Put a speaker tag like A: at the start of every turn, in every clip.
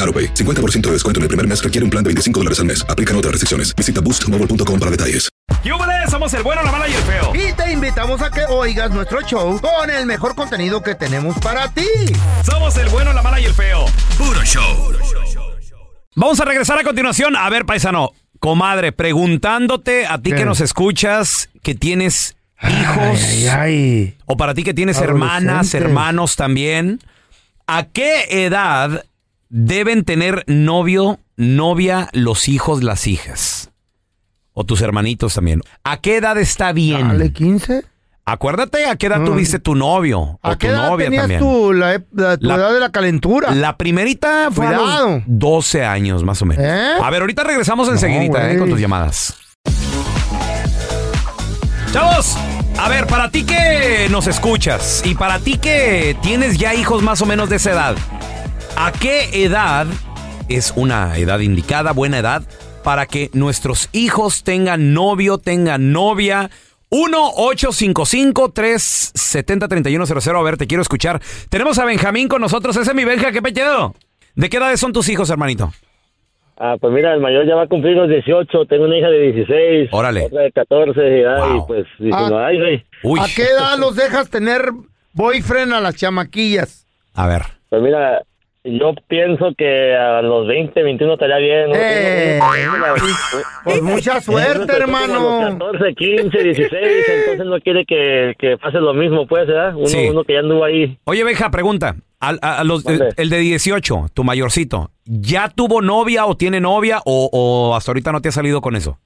A: AroPay. 50% de descuento en el primer mes requiere un plan de 25 dólares al mes. Aplican otras restricciones. Visita boostmobile.com para detalles.
B: ¡Yúbales! Somos el bueno, la mala y el feo.
C: Y te invitamos a que oigas nuestro show con el mejor contenido que tenemos para ti.
B: Somos el bueno, la mala y el feo.
A: Puro show.
B: Vamos a regresar a continuación. A ver, paisano, comadre, preguntándote a ti que nos escuchas, que tienes hijos,
C: Ay, ay.
B: o para ti que tienes hermanas,
C: Adolescentes.
B: hermanos también, ¿a qué edad deben tener novio, novia, los hijos, las hijas? O tus hermanitos también. ¿A qué edad está bien?
C: Dale 15.
B: Acuérdate a qué edad
C: Mm.
B: tuviste tu novio o
C: ¿A
B: tu
C: qué edad
B: novia
C: tenías
B: también.
C: tú la, ep- la- tu
B: La-
C: edad de la calentura?
B: La primerita fue a los
C: Cuidado.
B: 12 años, más o menos.
C: ¿Eh?
B: A ver, ahorita regresamos enseguidita
C: güey.
B: eh, con tus llamadas. Chavos, a ver, para ti que nos escuchas y para ti que tienes ya hijos más o menos de esa edad, ¿a qué edad es una edad indicada, buena edad, para que nuestros hijos tengan novio, tengan novia? 1-855-370-3100. A ver, te quiero escuchar. Tenemos a Benjamín con nosotros. Ese es mi Benja, qué pechedo. ¿De qué edades son tus hijos, hermanito?
D: Ah, pues mira, el mayor ya va a cumplir los 18. Tengo una hija de 16.
B: Órale.
D: Otra de 14. Y, ay,
B: Wow.
D: pues, diciendo,
C: Ah.
D: ay, güey.
B: Uy.
C: ¿A qué edad los dejas tener boyfriend a las chamaquillas?
B: A ver.
D: Pues mira, yo pienso que a los 20, 21 estaría bien. ¿no?
C: Eh. Pues mucha suerte,
D: Nosotros como A los
C: hermano.
D: 14, 15, 16. Entonces no quiere que, que pase lo mismo, pues, ¿verdad? Uno,
B: Sí.
D: uno que ya anduvo ahí.
B: Oye, Benja, pregunta. Al- a- a los-
D: Mande.
B: el de 18, tu mayorcito, ¿ya tuvo novia o tiene novia o, o hasta ahorita no te ha salido con eso?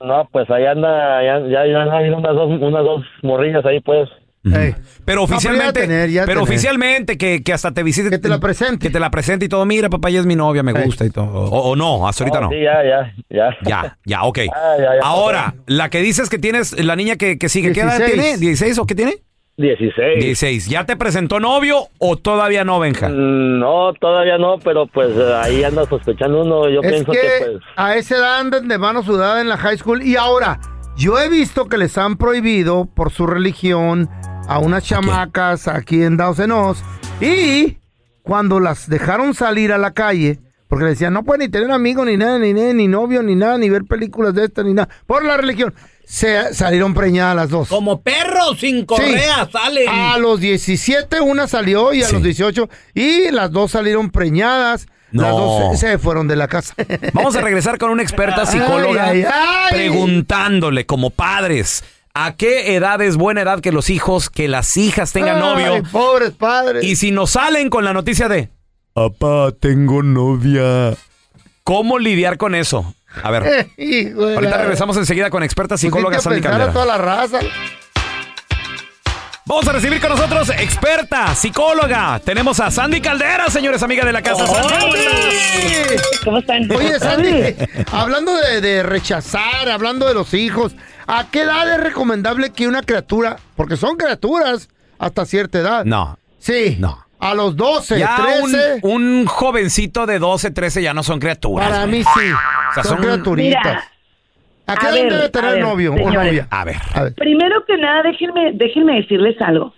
D: No, pues ahí anda, ya, ya, ya han habido unas dos, unas dos morrillas ahí, pues.
C: Ey.
B: Pero
C: No, pero ya
B: oficialmente,
C: tener, ya
B: pero
C: tener.
B: oficialmente que, que hasta te visite.
C: Que te la presente.
B: Que te la presente y todo. Mira, papá, ella es mi novia, me
C: Ey.
B: gusta y todo. O, o no, hasta ahorita
D: Ah,
B: no.
D: Sí, ya, ya, ya.
B: Ya, ya, ok.
D: Ah, ya, ya.
B: Ahora, la que dices que tienes, la niña que, que sigue, ¿qué edad
C: 16.
B: tiene? ¿16 o qué tiene?
D: 16.
B: 16. ¿Ya te presentó novio o todavía no, Benja?
D: Mm, No, todavía no, pero pues eh, ahí anda sospechando uno. Yo
C: Es
D: pienso
C: que
D: que, pues.
C: a esa edad andan de mano sudada en la high school. Y ahora, yo he visto que les han prohibido por su religión a unas chamacas aquí en Dausenos. Y cuando las dejaron salir a la calle, porque le decían, no pueden ni tener amigos, ni nada, ni nada, ni novio, ni nada, ni ver películas de esta, ni nada, por la religión, se salieron preñadas las dos.
B: Como perro sin
C: correa,
B: sale.
C: A los 17 una salió y a
B: Sí.
C: los 18 y las dos salieron preñadas. Las
B: No.
C: dos se se fueron de la casa.
B: Vamos a regresar con una experta psicóloga
C: Ay, ay, ay.
B: preguntándole como padres a qué edad es buena edad que los hijos, que las hijas tengan
C: Ay,
B: novio.
C: Pobres padres.
B: Y si nos salen con la noticia de
E: Papá, tengo novia.
B: cómo lidiar con eso. A ver,
C: Hijo de Eh, la-
B: ahorita
C: Pues
B: regresamos enseguida con experta
C: Pusiste
B: psicóloga
C: a
B: Sandy
C: pensar
B: Caldera.
C: a toda la raza.
B: Vamos a recibir con nosotros experta psicóloga. Tenemos a Sandy Caldera, señores, amiga de la casa. Sandy.
D: pues,
F: ¿Cómo están?
C: Oye, Sandy, hablando de, de rechazar, hablando de los hijos, ¿a qué edad es recomendable que una criatura, porque son criaturas hasta cierta edad?
B: No,
C: Sí.
B: No.
C: A los 12,
B: ya
C: 13.
B: un, un jovencito de 12, 13 ya no son criaturas.
C: Para
B: güey.
C: mí sí. son,
B: sea, son-
C: criaturitas.
F: Mira,
C: ¿A qué
F: A
C: edad
F: ver,
C: debe tener
F: a ver,
C: novio o
F: señores.
C: novia?
B: A ver.
C: A ver.
F: Primero que nada, déjenme, déjenme decirles algo.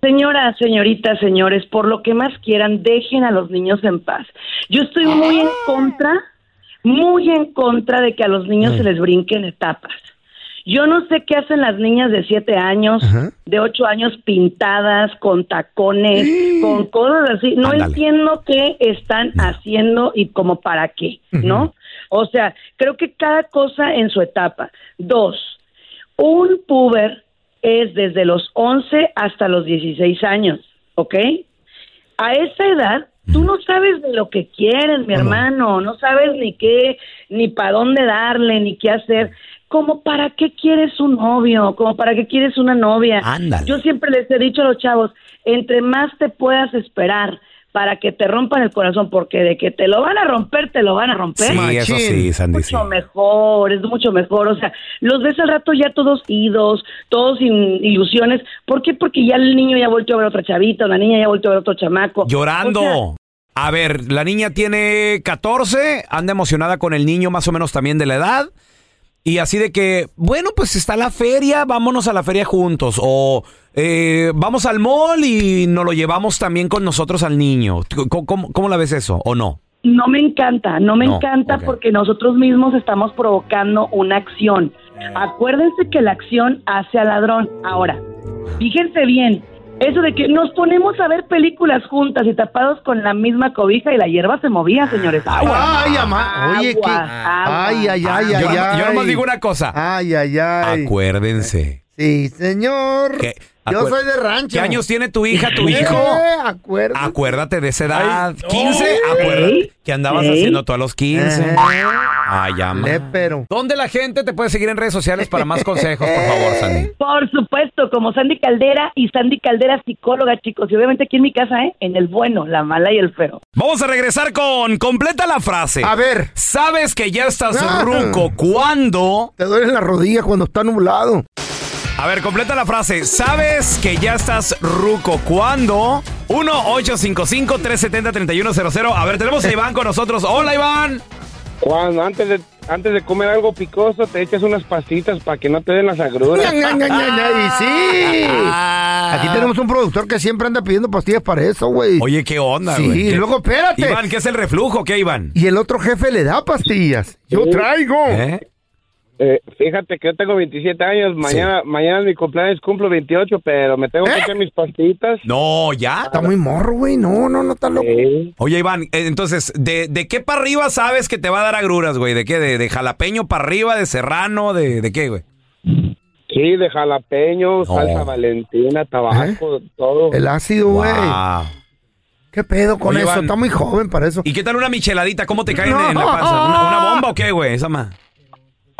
F: Señoras, señoritas, señores, por lo que más quieran, dejen a los niños en paz. Yo estoy muy en contra, muy en contra de que a los niños se les brinquen etapas. Yo no sé qué hacen las niñas de siete años, de ocho años pintadas, con tacones, con cosas así. No
B: Ándale.
F: entiendo qué están haciendo y como para qué, ¿no? O sea, creo que cada cosa en su etapa. Dos, un puber es desde los 11 hasta los 16 años, ¿ok? A esa edad, tú no sabes de lo que quieres, mi hermano, no sabes ni qué, ni para dónde darle, ni qué hacer. Como para qué quieres un novio, como para qué quieres una novia.
B: Ándale.
F: Yo siempre les he dicho a los chavos, entre más te puedas esperar para que te rompan el corazón, porque de que te lo van a romper, te lo van a romper
B: Sí, eso sí, Sandy. sí.
F: mucho mejor, es mucho mejor. O sea, los ves al rato ya todos idos, todos sin ilusiones. ¿Por qué? Porque ya el niño ya volvió a ver a otra chavita, la niña ya volvió a ver a otro chamaco.
B: Llorando.
F: O sea,
B: a ver, la niña tiene 14, anda emocionada con el niño más o menos también de la edad. Y así de que, bueno, pues está la feria, vámonos a la feria juntos. O eh, vamos al mall y nos lo llevamos también con nosotros al niño. ¿Cómo, cómo- cómo la ves eso? ¿O no?
F: no me encanta, no me
B: No,
F: encanta
B: ok.
F: porque nosotros mismos estamos provocando una acción.
C: Eh.
F: Acuérdense que la acción hace al ladrón. Ahora, fíjense bien, eso de que nos ponemos a ver películas juntas y tapados con la misma cobija y la hierba se movía, señores. Agua.
C: Ay, ama. Oye, qué.
F: Agua, agua.
C: Ay, ay, ay,
B: Ah, yo,
C: ay.
B: no- yo nomás
C: ay.
B: digo una cosa.
C: Ay, ay, ay.
B: Acuérdense.
C: Sí, señor.
B: que-
C: Yo
B: acuer-
C: soy de rancho.
B: ¿Qué años tiene tu hija, tu
C: Eh,
B: hijo?
C: acuérdate.
B: Acuérdate de esa edad.
E: Ay, no.
B: 15, acuérdate. Que andabas
F: Ey.
B: haciendo tú a los 15.
C: Eh,
B: Ay, ama.
C: lépero.
B: ¿Dónde la gente te puede seguir en redes sociales para más consejos, por favor, Sandy?
F: Por supuesto, como Sandy Caldera y Sandy Caldera psicóloga, chicos. Y obviamente aquí en mi casa, ¿eh? En el bueno, la mala y el feo.
B: Vamos a regresar con completa la frase.
C: A ver,
B: Sabes que ya estás
C: Ah.
B: ruco cuando.
C: te duelen las rodillas cuando está nublado.
B: A ver, completa la frase. Sabes que ya estás ruco cuando. 1-855-370-3100. A ver, tenemos a Iván con nosotros. Hola, Iván.
G: Cuando antes de, antes de comer algo picoso, te echas unas pastitas para que no te den las agruras.
C: Ña, ña, ña, ña, y sí.
B: Ah.
C: Aquí tenemos un productor que siempre anda pidiendo pastillas para eso, güey.
B: Oye, ¿qué onda,
C: Sí,
B: güey? ¿Qué-
C: luego espérate.
B: Iván, ¿qué es el reflujo? ¿Qué, Iván?
C: Y el otro jefe le da pastillas. Yo traigo.
B: ¿Eh?
G: Eh, fíjate que yo tengo 27 años, mañana mañana es mi cumpleaños, cumplo 28, pero me tengo
C: ¿Eh?
G: que echar mis pastitas.
B: No, ya.
C: Está muy morro, güey. No, no, no está loco.
G: Sí.
B: Oye, Iván, eh, entonces, ¿de, de qué para arriba sabes que te va a dar agruras, güey? ¿De qué? ¿De, de jalapeño para arriba? ¿De serrano? ¿De, de qué, güey?
G: Sí, de jalapeño, salsa valentina, tabaco,
D: ¿Eh?
G: todo.
C: El ácido, güey.
B: Wow.
C: ¿Qué pedo con
B: Oye,
C: eso?
B: Iván.
C: Está muy joven para eso.
B: ¿Y qué tal una micheladita? ¿Cómo te cae en-
C: No.
B: en la panza? ¿Una, una bomba o qué, güey? Esa ma.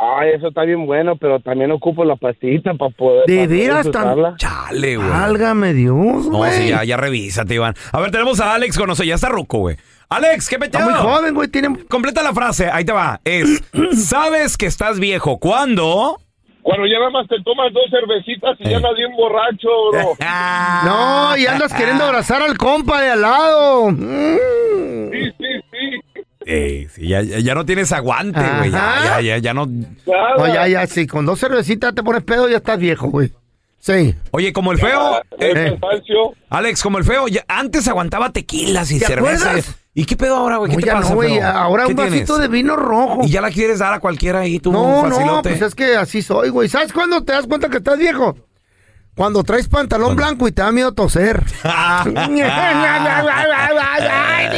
G: Ay, eso está bien bueno, pero también ocupo la pastita para poder,
C: ¿De
G: para poder
C: veras tan-
G: disfrutarla.
B: Chale, güey.
C: Válgame Dios,
B: No, sí,
C: güey.
B: ya, ya revísate, Iván. A ver, tenemos a Alex con nosotros. Ya está ruco, güey. Alex, ¿qué
C: Está muy
B: peteo?
C: joven, güey. Tiene...
B: Completa la frase. Ahí te va. Es, ¿sabes que estás viejo? ¿Cuándo?
G: Cuando ya nada más te tomas dos cervecitas y
B: Eh.
G: ya andas bien borracho, bro.
C: No, y andas
B: Ah.
C: queriendo abrazar al compa de al lado. Mm.
G: Sí, sí, sí.
B: Eh, sí, ya, ya- ya no tienes aguante, güey. Ya, ya,
C: Ajá.
B: ya, ya no.
G: Nada.
C: No, ya, ya, sí. Con dos cervecitas te pones pedo y ya estás viejo, güey. Sí.
B: Oye, como el feo.
G: Ah,
B: eh,
G: eso es falso.
B: Alex, como el feo, ya- antes aguantaba tequilas y
C: ¿Te
B: cerveza.
C: acuerdas?
B: ¿Y qué pedo ahora, güey? ¿Qué
C: No,
B: te
C: ya
B: pasa,
C: no, güey.
B: feo?
C: Ahora
B: ¿Qué
C: un vasito
B: tienes?
C: de vino rojo.
B: Y ya la quieres dar a cualquiera ahí, tú,
C: No, no,
B: facilote.
C: pues es que así soy, güey. ¿Sabes cuándo te das cuenta que estás viejo? Cuando traes pantalón blanco y te da miedo toser.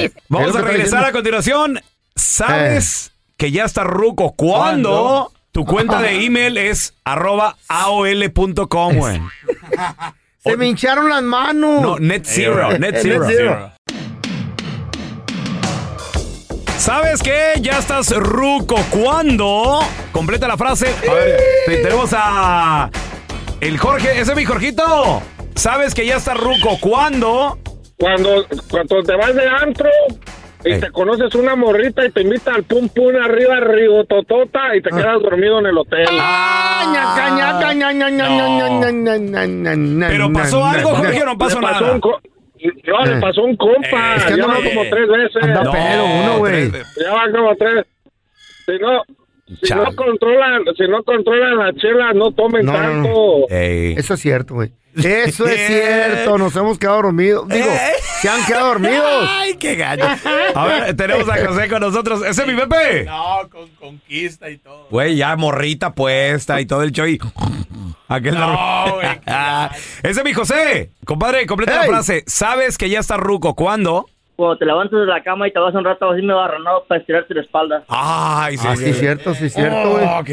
C: Es
B: Vamos
C: lo
B: a
C: que estoy
B: regresar a
C: diciendo.
B: continuación. ¿Sabes que ya está ruco cuando
C: ¿Cuándo?
B: tu cuenta de email es arroba aol.com, güey?
C: Se me hincharon las manos.
B: No, net zero, net
C: Net
B: zero.
C: zero.
B: ¿Sabes qué? Ya estás ruco. ¿Cuándo? Completa la frase. A ver, te- tenemos a. El Jorge. Ese es mi Jorgito. ¿Sabes que ya estás ruco? ¿Cuándo?
G: Cuando, cuando te vas de antro y
B: Ey.
G: te conoces una morrita y te invita al pum pum arriba, arriba, totota, y
B: Ah.
G: te quedas dormido en el hotel.
C: Ña, ca, ña, ca, ña, ña, ña, ña,
B: No.
C: ña, ña, ña, ña, ña,
B: Pero
C: ña,
B: pasó
C: ña,
B: algo,
C: ña.
B: Jorge, o no pasó
G: Le pasó
B: nada.
G: un co- no, le pasó un compa.
B: Eh, es que
G: ya
B: no
G: va
B: me-
G: como tres veces.
C: Anda- pedo uno, güey.
B: tres-
G: Ya va como tres. Si no, Si no controlan, si no controlan la chela, no tomen
C: No, no,
G: tanto.
C: no.
B: eh.
C: Eso es cierto, güey. Eso es cierto, nos hemos quedado dormidos. Digo,
B: ¿Eh?
C: se han quedado dormidos.
B: Ay, qué gallo. A ver, tenemos a José con nosotros. ¡Ese es mi Pepe!
H: No, con conquista y todo.
B: Güey, ya morrita puesta y todo el show y... Aquel
H: No, güey, qué
B: Ese es mi José. Compadre, completa la frase. Sabes que ya está ruco. ¿Cuándo?
I: Cuando te levantas de la cama y te vas un rato así medio arronado para estirarte la espalda.
B: Ay,
C: Ah, sí, cierto, sí, cierto, güey.
B: Oh,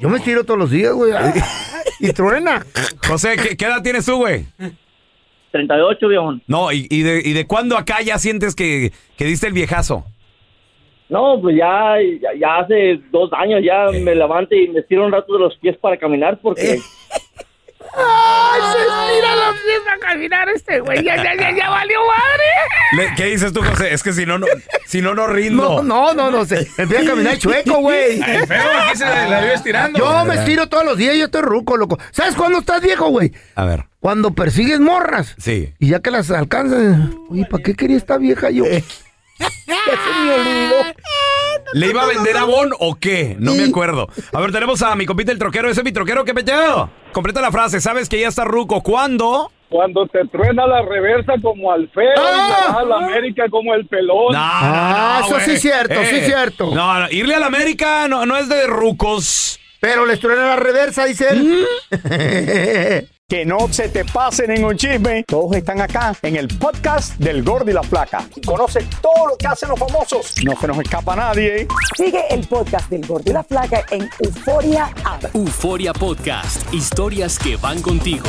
C: Yo me tiro todos los días, güey. y truena.
B: José, ¿qué, qué edad tienes tú, güey?
I: 38, viejón.
B: No, ¿y, y de, y de cuándo acá ya sientes que, que diste el viejazo?
I: No, pues ya, ya, ya hace dos años ya me levanto y me estiro un rato de los pies para caminar porque...
J: ¡Ay, se estira los pies a caminar este güey! ¡Ya, ya, ya, ya valió madre!
B: Le- ¿Qué dices tú, José? Es que si no, no, si no, no
C: No,
B: rindo.
C: no, no, no sé. Empieza a caminar chueco, güey.
B: Ay, feo, aquí se la vio estirando.
C: Yo me estiro todos los días, yo estoy ruco, loco. ¿Sabes cuándo estás viejo, güey?
B: A ver.
C: Cuando persigues morras.
B: Sí.
C: Y ya que las alcanzas, oye, ¿para qué quería esta vieja yo? Ya se me olvidó.
B: ¿Le iba a vender a Bon o qué? No me acuerdo. A ver, tenemos a mi compita el troquero. Ese es mi troquero, qué peteado. Completa la frase. Sabes que ya está ruco. ¿Cuándo?
G: Cuando te truena la reversa como al feo y la, la América como el pelón.
B: Ah,
C: eso sí es cierto, sí es cierto.
B: No, no, irle a la América no, no es de rucos.
C: Pero les truena la reversa, dice él.
K: Que no se te pase ningún chisme. Todos están acá en el podcast del Gordi y la Flaca. Y conoce todo lo que hacen los famosos. No se nos escapa nadie.
L: Sigue el podcast del Gordo y la Flaca en Euforia
M: Euforia Podcast. Historias que van contigo.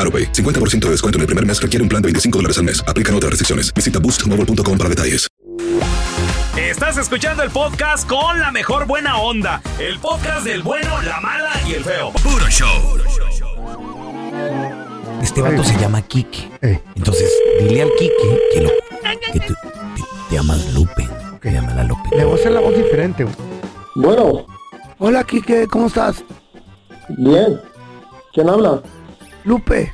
A: AroPay. 50% de descuento en el primer mes requiere un plan de 25 dólares al mes. Aplican otras restricciones. Visita boostmobile.com para detalles.
B: Estás escuchando el podcast con la mejor buena onda. El podcast del bueno, la mala y el feo. Puro show. Este vato se llama Quique. Entonces, dile al Quique que, lo, que tú- te, te llamas Lupe. Que llama la Lupe.
C: Le voy a hacer la voz diferente, güey.
N: Bueno,
C: Hola, Quique, ¿cómo estás?
N: bien. ¿Quién habla?
C: Lupe.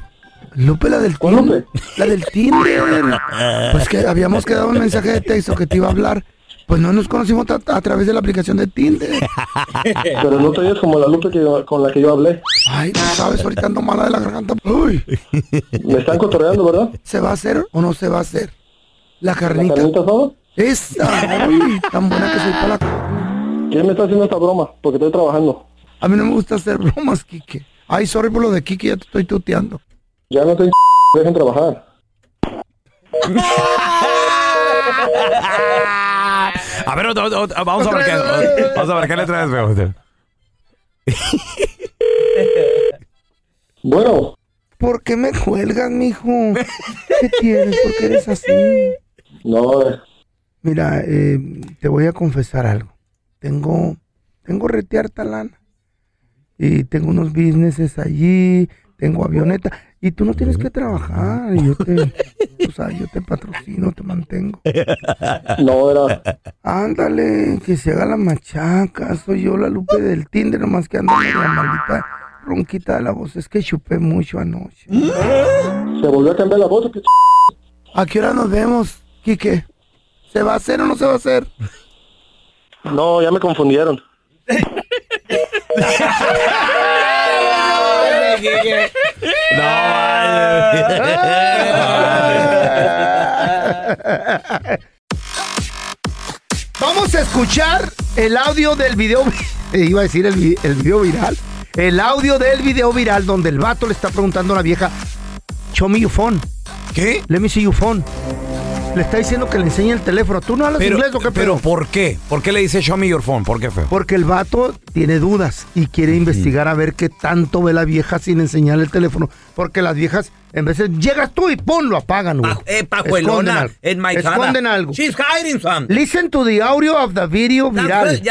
C: Lupe, la del
N: ¿Cuál
C: Tinder. La del Tinder. Pues que habíamos quedado un mensaje de texto que te iba a hablar. Pues no nos conocimos a, a través de la aplicación de Tinder.
N: Pero no te oyes como la Lupe que yo- con la que yo hablé.
C: Ay, no sabes, ahorita ando mala de la garganta. Uy.
N: Me están cotorreando, ¿verdad?
C: ¿Se va a hacer o no se va a hacer? La carnita.
N: carnita asada?
C: Esa. Uy, tan buena que soy para la...
N: ¿Quién me está haciendo esta broma? Porque estoy trabajando.
C: A mí no me gusta hacer bromas, Quique. Ay, sorry por lo de Quique, ya te estoy tuteando.
N: Ya no te dejen trabajar.
B: A ver, otra- otra- otra- vamos a
N: Otra
B: marcar.
N: vez.
B: Vamos a marcarle otra vez, feo.
N: Bueno,
C: ¿Por qué me cuelgas, mijo? ¿Qué tienes? ¿Por qué eres así?
N: no, eh,
C: Mira, eh, te voy a confesar algo. Tengo, tengo retear talana. Y tengo unos businesses allí, tengo avioneta. Y tú no tienes que trabajar. Y yo te, o sea, yo te patrocino, te mantengo.
N: no era.
C: Ándale, que se haga la machaca. Soy yo la Lupe del Tinder, nomás que ando en la maldita ronquita la voz. Es que chupé mucho anoche.
N: ¿Se volvió a cambiar la voz o qué?
C: ¿A qué hora nos vemos, Quique? ¿Se va a hacer o no se va a hacer?
N: No, ya me confundieron.
C: Vamos a escuchar el audio del video. eh, Iba a decir el, vi- el video viral. El audio del video viral donde el vato le está preguntando a la vieja: Show me your phone.
B: ¿Qué?
C: Let me see your phone. Le está diciendo que le enseñe el teléfono. ¿Tú no hablas
B: Pero,
C: inglés o qué
B: pero
C: pedo?
B: ¿por qué? ¿Por qué le dice show me your phone? ¿Por qué feo?
C: Porque el vato tiene dudas y quiere investigar a ver qué tanto ve la vieja sin enseñarle el teléfono. Porque las viejas, en veces, llegas tú y pon, lo apagan, güey.
B: eh,
C: Esconden
B: pajuelona,
C: algo.
B: en my
C: Esconden algo.
B: She's hiding some.
C: Listen to the audio of the video viral.
B: pues,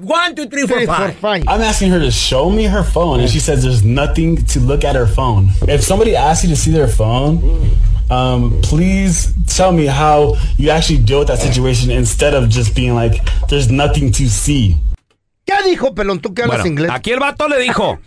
B: One, two, three,
C: four, five.
O: I'm asking her to show me her phone, and she says there's nothing to look at her phone. If somebody asks you to see their phone, um, please tell me how you actually deal with that situation instead of just being like, there's nothing to see.
C: ¿Qué dijo, pelón? ¿Tú qué
B: Bueno, aquí el vato le dijo,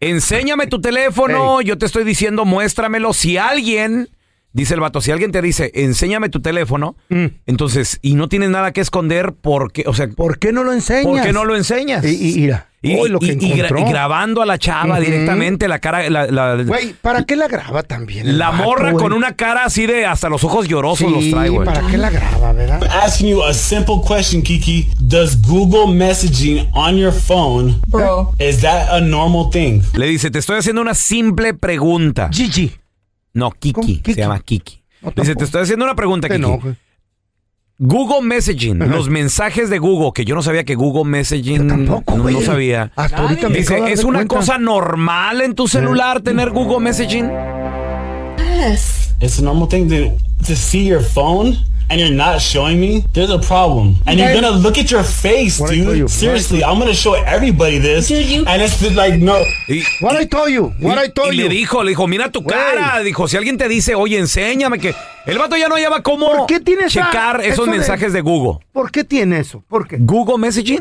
B: enséñame tu teléfono, yo te estoy diciendo muéstramelo. Si alguien, dice el vato, si alguien te dice, enséñame tu teléfono,
C: Mm.
B: entonces, y no tienes nada que esconder, ¿por qué? O sea,
C: ¿por qué no lo enseñas?
B: ¿Por qué no lo enseñas?
C: Y- y mira, uy, lo que
B: y- y gra-
C: encontró.
B: y grabando a la chava
C: Ujú.
B: directamente, la cara... La, la-
C: Güey, ¿para qué la graba también? el
B: la
C: vato,
B: morra
C: güey?
B: con una cara así de hasta los ojos llorosos los trae, güey.
C: ¿para qué la graba, verdad?
O: I'm asking you a simple question, Kiki. Does Google messaging on your phone,
C: Bro.
O: is that a normal thing?
B: Le dice, te estoy haciendo una simple pregunta.
C: Gigi.
B: No, Kiki. Se llama Kiki. Le dice, te estoy haciendo una pregunta,
C: Te
B: Kiki.
C: enojes.
B: Google Messaging, los mensajes de Google, que yo no sabía que Google Messaging no, no
C: güey.
B: sabía.
C: Hasta ahorita me
B: Dice,
C: acabo de
B: ¿es
C: dar
B: una
C: cuenta". Eh.
B: cosa normal en tu celular tener Google Messaging?
O: Yes. It's a normal thing to to see your phone and you're not showing me. There's a problem, and you're
P: There's-
O: gonna look at your face,
P: What I
O: dude.
P: tell you, what I
O: Seriously, I'm gonna show everybody this,
P: Dude, you-
O: and it's just like no.
C: What I told you. What I told
B: y le
C: you.
B: dijo, le dijo, mira tu cara. Dijo, si alguien te dice, oye, enséñame que... El vato ya no lleva cómo
C: qué tiene esa-
B: checar
C: eso
B: esos
C: de-
B: mensajes de Google.
C: ¿Por qué tiene eso? ¿Por qué?
B: Google Messaging.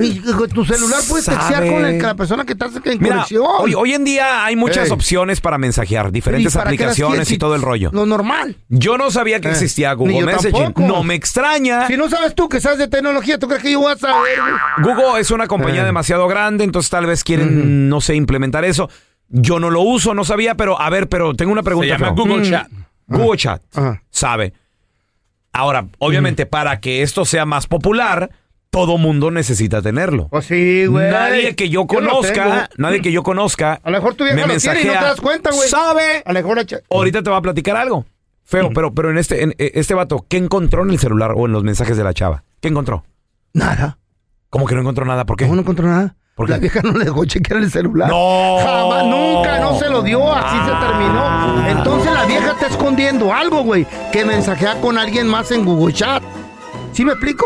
C: tu celular puedes textear
B: Sabe.
C: con la, con la persona que estás en
B: Mira,
C: conexión.
B: hoy, hoy en día hay muchas
C: Ey.
B: opciones para mensajear, diferentes
C: ¿Y para qué las
B: aplicaciones
C: quieres
B: y
C: si-
B: todo el rollo.
C: Lo normal.
B: Yo no sabía que
C: Eh,
B: existía
C: ni
B: Google
C: yo
B: Messaging.
C: tampoco.
B: No me extraña.
C: Si no sabes tú que sabes de tecnología, ¿tú crees que yo voy a saber? güey?
B: Google es una
C: Eh.
B: compañía demasiado grande, entonces tal vez quieren, no sé, implementar eso. Yo no lo uso, no sabía, pero a ver, pero tengo una pregunta.
H: llama
B: Feo.
H: Google
B: Mm.
H: Chat.
B: Google Chat.
C: Ah.
B: Sabe. Ahora, obviamente,
C: Mm.
B: para que esto sea más popular, todo mundo necesita tenerlo.
C: Pues Sí, güey.
B: Nadie que yo
C: no
B: conozca,
C: tengo.
B: nadie que yo conozca.
C: A lo mejor tú
B: me
C: vieja lo tiene y no te
B: mensajea.
C: das cuenta, güey.
B: Sabe.
C: A lo mejor la cha-
B: Ahorita te va a platicar algo. Feo, pero, pero en este, en, eh, este vato, ¿qué encontró en el celular o en los mensajes de la chava? ¿Qué encontró?
C: Nada.
B: ¿Cómo que no encontró nada? ¿Por qué?
C: No encontró nada.
B: ¿Por qué?
C: La vieja no le dejó chequear el celular.
B: No.
C: Jamás, nunca, no se lo dio. Así se
B: Ah.
C: terminó. Entonces la vieja está escondiendo algo, güey. Que mensajea con alguien más en Google Chat. ¿Sí me explico?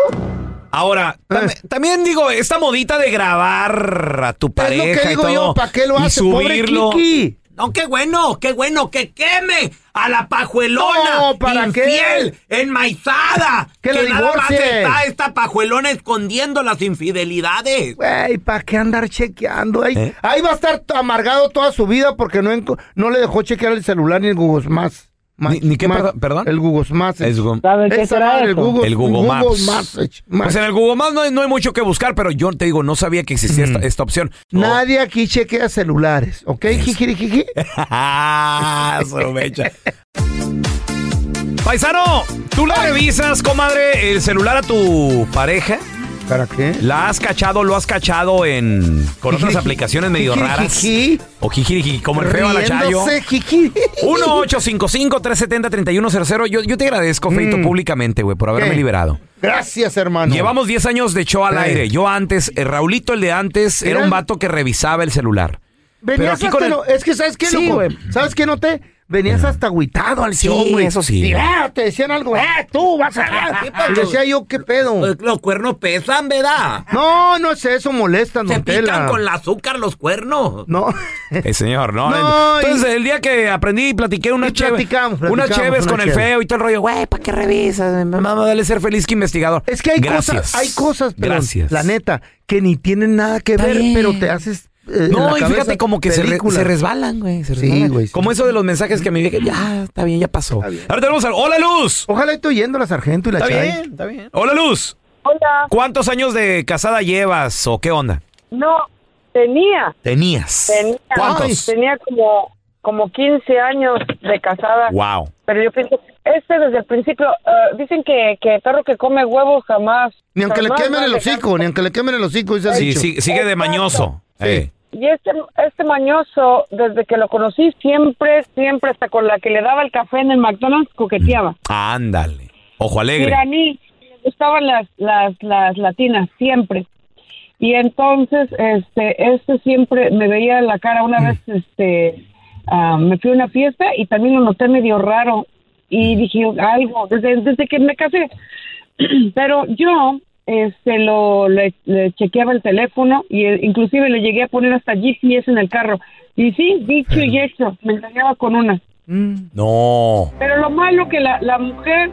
B: Ahora,
C: Eh.
B: tam- también digo, esta modita de grabar a tu
C: lo
B: pareja
C: que
B: y
C: digo yo,
B: todo,
C: ¿pa' qué lo
B: y
C: hace? Pobre
B: subirlo.
C: Kiki.
B: No, qué bueno, qué bueno, que queme a la pajuelona.
C: No, ¿para qué?
B: infiel, enmaizada.
C: Que la
B: nada más
C: divorcie.
B: está esta pajuelona escondiendo las infidelidades.
C: Güey, ¿para qué andar chequeando? Ahí,
B: ¿Eh?
C: ahí va a estar t- amargado toda su vida porque no, enco- no le dejó chequear el celular ni el Google Más. Más-
B: Ni, ni qué,
C: más.
B: perdón, perdón.
C: El Google Más.
B: El Google-
C: ¿Saben qué
B: Esa
C: será
B: madre, El
C: eso?
B: Google,
C: El Google
B: Maps.
C: Maps. Maps.
B: Pues en el Google Maps no hay, no hay mucho que buscar, pero yo te digo, no sabía que existía
C: Mm.
B: esta, esta opción.
C: Nadie aquí chequea celulares, ¿ok? Jijijiji.
B: Ah, su mecha. Paisano, ¿tú la revisas, comadre, el celular a tu pareja?
C: ¿Para qué?
B: ¿La has cachado, lo has cachado en con otras
C: Jijiji.
B: aplicaciones medio raras?
C: Jijiji.
B: O jijiriji, como el feo a la chayo.
C: Riéndose, jiji.
B: 1-855-370-3100. Yo, yo te agradezco, Feito, públicamente, güey, por haberme
C: Mm. ¿Qué?
B: liberado.
C: Gracias, hermano.
B: Llevamos 10 años de show al
C: Eh.
B: aire. Yo antes, eh, Raulito, el de antes, era un vato que revisaba el celular.
C: Venías
B: aquí
C: hasta
B: con el-
C: lo- Es que, ¿sabes qué,
B: Sí,
C: loco?
B: güey.
C: ¿Sabes qué noté? Venías hasta agüitado al
B: Sí,
C: show, güey.
B: eso sí.
C: Y, ah, te decían algo, eh, tú vas a... Y decía yo, ¿qué pedo?
B: Pues, Los cuernos pesan, ¿verdad?
C: No, no es eso, molesta, no tela.
B: el azúcar los cuernos.
C: No.
B: Eh, señor, no. eh.
C: No,
B: Entonces, el día que aprendí y platiqué una
C: Y
B: cheve-
C: platicamos,
B: unas
C: platicamos,
B: cheves
C: una
B: con el
C: cheve.
B: feo y todo el rollo, güey, ¿para qué revisas? Mamá, dale ser feliz que investigador.
C: Es que hay
B: Gracias.
C: cosas, hay cosas, pero
B: Gracias.
C: la neta, que ni tienen nada que ver,
B: bien.
C: pero te haces eh, en
B: No,
C: la
B: y
C: cabeza,
B: fíjate como que se, re-
C: película.
B: se resbalan, güey. se
C: Sí,
B: resbalan.
C: güey, sí.
B: Como eso de los mensajes que me dije, ya, está bien, ya pasó. Ahora tenemos a... ¡Hola, Luz!
C: Ojalá estoy yendo la sargento y la
B: Está
C: Chay.
B: bien, está bien. ¡Hola, Luz! Hola. ¿Cuántos años de casada llevas o qué onda?
P: No, tenía.
B: Tenías.
P: Tenía,
B: ¿Cuántos?
P: tenía como, como 15 años de casada.
B: Wow.
P: Pero yo pienso, este desde el principio, eh, dicen que, que perro que come huevos jamás.
C: Ni aunque le
P: jamás
C: quemen
P: va a
C: el
P: dejar-
C: hocico, ni aunque le quemen el hocico, dice
B: Sí, sí, sigue de mañoso. Eh.
P: Y este, este mañoso, desde que lo conocí, siempre, siempre, hasta con la que le daba el café en el McDonald's, coqueteaba.
B: Ándale. Ojo alegre.
P: Mira, a mí me gustaban las, las, las latinas, siempre. Y entonces, este, este siempre me veía la cara. Una vez, este, ah, me fui a una fiesta y también lo noté medio raro. Y dije algo, desde, desde que me casé. Pero yo, este, lo, le, le chequeaba el teléfono y eh, inclusive le llegué a poner hasta GPS en el carro. Y sí, dicho y hecho, me engañaba con una.
B: No.
P: Pero lo malo que la, la mujer,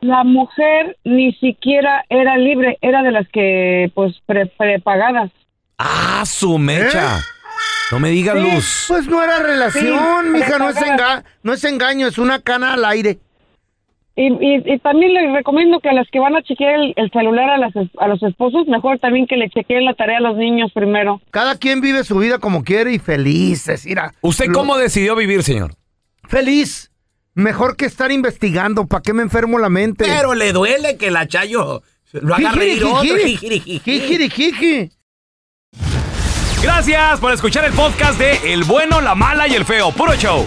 P: la mujer ni siquiera era libre, era de las que, pues, pre- prepagadas.
B: ¡Ah, su
P: ¿Eh?
B: mecha! No me digas, Luz.
C: Pues no era relación,
P: Sí,
C: mija, no es,
P: prepagada.
C: enga- no es engaño, es una cana al aire.
P: Y, y- y también les recomiendo que a las que van a chequear el, el celular a, las, es- a los esposos, mejor también que le chequeen la tarea a los niños primero.
C: Cada quien vive su vida como quiere y felices, mira.
B: ¿Usted cómo decidió vivir, señor?
C: Feliz. Mejor que estar investigando, ¿para qué me enfermo la mente?
B: Pero le duele que la Chayo lo haga
C: Jijiri,
B: reír otro.
C: jijiri.
B: jijiri, jijiri.
C: Jijiri, jiji.
B: Gracias por escuchar el podcast de El Bueno, la Mala y el Feo. Puro show.